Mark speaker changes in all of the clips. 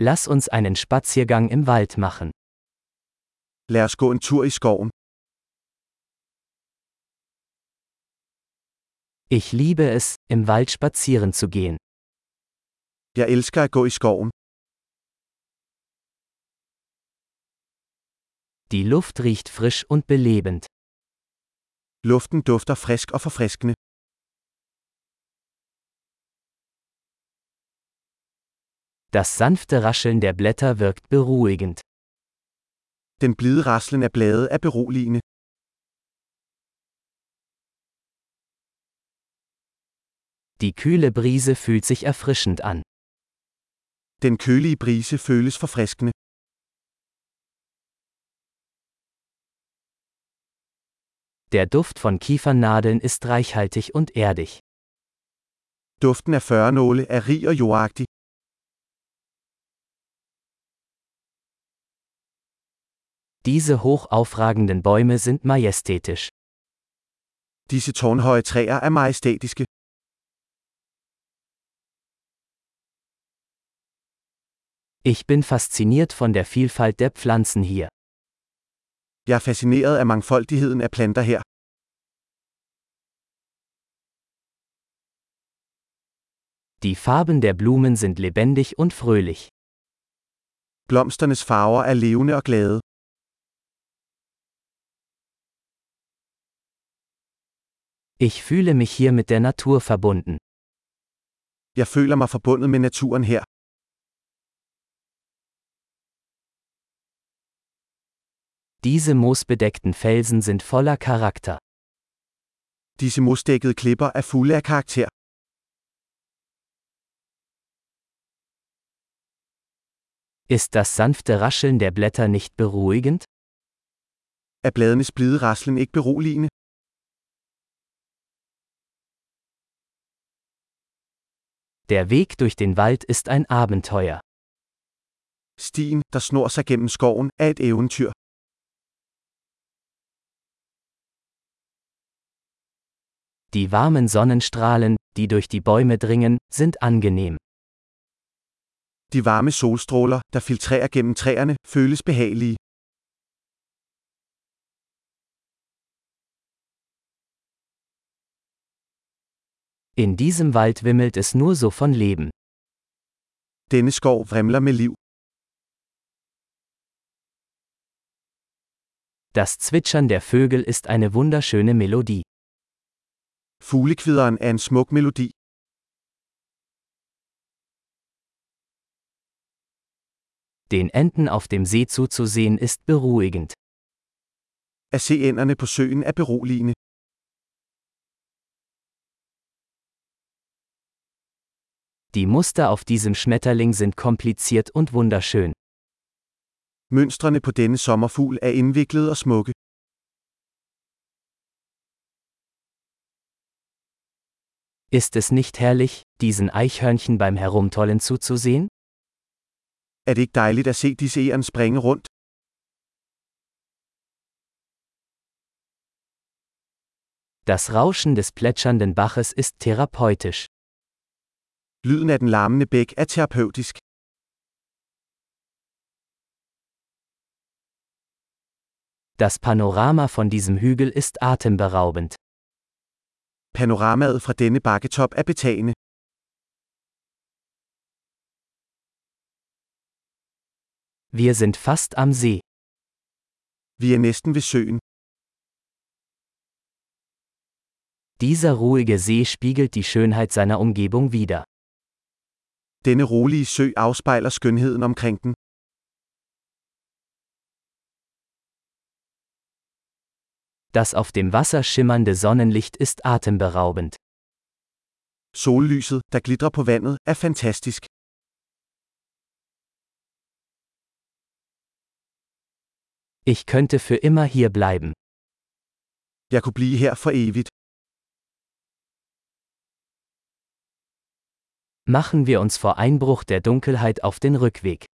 Speaker 1: Lass uns einen Spaziergang im Wald machen.
Speaker 2: Lad os gå en tur i skoven.
Speaker 1: Ich liebe es, im Wald spazieren zu gehen.
Speaker 2: Jeg elsker at gå i skoven.
Speaker 1: Die Luft riecht frisch und belebend.
Speaker 2: Luften dufter frisk og forfriskende.
Speaker 1: Das sanfte Rascheln der Blätter wirkt beruhigend.
Speaker 2: Den blide raslen af blade er beroligende.
Speaker 1: Die kühle Brise fühlt sich erfrischend an.
Speaker 2: Den kølige brise føles forfriskende.
Speaker 1: Der Duft von Kiefernadeln ist reichhaltig und erdig.
Speaker 2: Duften af førnåle er rig og jordagtig.
Speaker 1: Diese hoch aufragenden Bäume sind majestätisch.
Speaker 2: Disse tårnhøje træer er majestætiske.
Speaker 1: Ich bin fasziniert von der Vielfalt der Pflanzen hier.
Speaker 2: Jeg er fascineret af mangfoldigheden af planter her.
Speaker 1: Die Farben der Blumen sind lebendig und fröhlich.
Speaker 2: Blomsternes farver er levende og glade.
Speaker 1: Ich fühle mich hier mit der Natur verbunden.
Speaker 2: Jeg føler mig forbundet med naturen her.
Speaker 1: Diese moosbedeckten Felsen sind voller Charakter.
Speaker 2: Disse mosdækkede klipper er fulde af karakter.
Speaker 1: Ist das sanfte Rascheln der Blätter nicht beruhigend?
Speaker 2: Er bladenes blide raslen ikke beroligende?
Speaker 1: Der Weg durch den Wald ist ein Abenteuer.
Speaker 2: Stien, der snor sig gennem skoven, er et eventyr.
Speaker 1: Die warmen Sonnenstrahlen, die durch die Bäume dringen, sind angenehm.
Speaker 2: De varme solstråler, der filtrerer gennem træerne, føles behagelige.
Speaker 1: In diesem Wald wimmelt es nur so von Leben.
Speaker 2: Denne skov vrimler med liv.
Speaker 1: Das Zwitschern der Vögel ist eine wunderschöne Melodie.
Speaker 2: Fuglekvideren er en smuk melodi.
Speaker 1: Den Enten auf dem See zuzusehen ist beruhigend.
Speaker 2: At se ænderne på søen er beroligende.
Speaker 1: Die Muster auf diesem Schmetterling sind kompliziert und wunderschön.
Speaker 2: Mønstrene på denne sommerfugl er indviklede og smukke.
Speaker 1: Ist es nicht herrlich, diesen Eichhörnchen beim Herumtollen zuzusehen?
Speaker 2: Er det ikke dejligt at se disse æren springe rundt?
Speaker 1: Das Rauschen des plätschernden Baches ist therapeutisch.
Speaker 2: Lyden af den larmende bæk er terapeutisk.
Speaker 1: Das Panorama von diesem Hügel ist atemberaubend.
Speaker 2: Panoramaet fra denne bakketop er betagende.
Speaker 1: Wir sind fast am See.
Speaker 2: Vi er næsten ved søen.
Speaker 1: Dieser ruhige See spiegelt die Schönheit seiner Umgebung wider.
Speaker 2: Denne rolige sø afspejler skønheden omkring den.
Speaker 1: Das auf dem Wasser schimmernde Sonnenlicht ist atemberaubend.
Speaker 2: Sollyset, der glitrer på vandet, er fantastisk.
Speaker 1: Ich könnte für immer hier bleiben.
Speaker 2: Jeg kunne blive her for evigt.
Speaker 1: Machen wir uns vor Einbruch der Dunkelheit auf den Rückweg.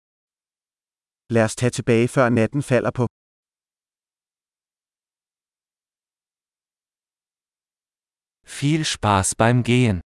Speaker 2: Lad os tage tilbage, før natten falder på.
Speaker 3: Viel Spaß beim Gehen.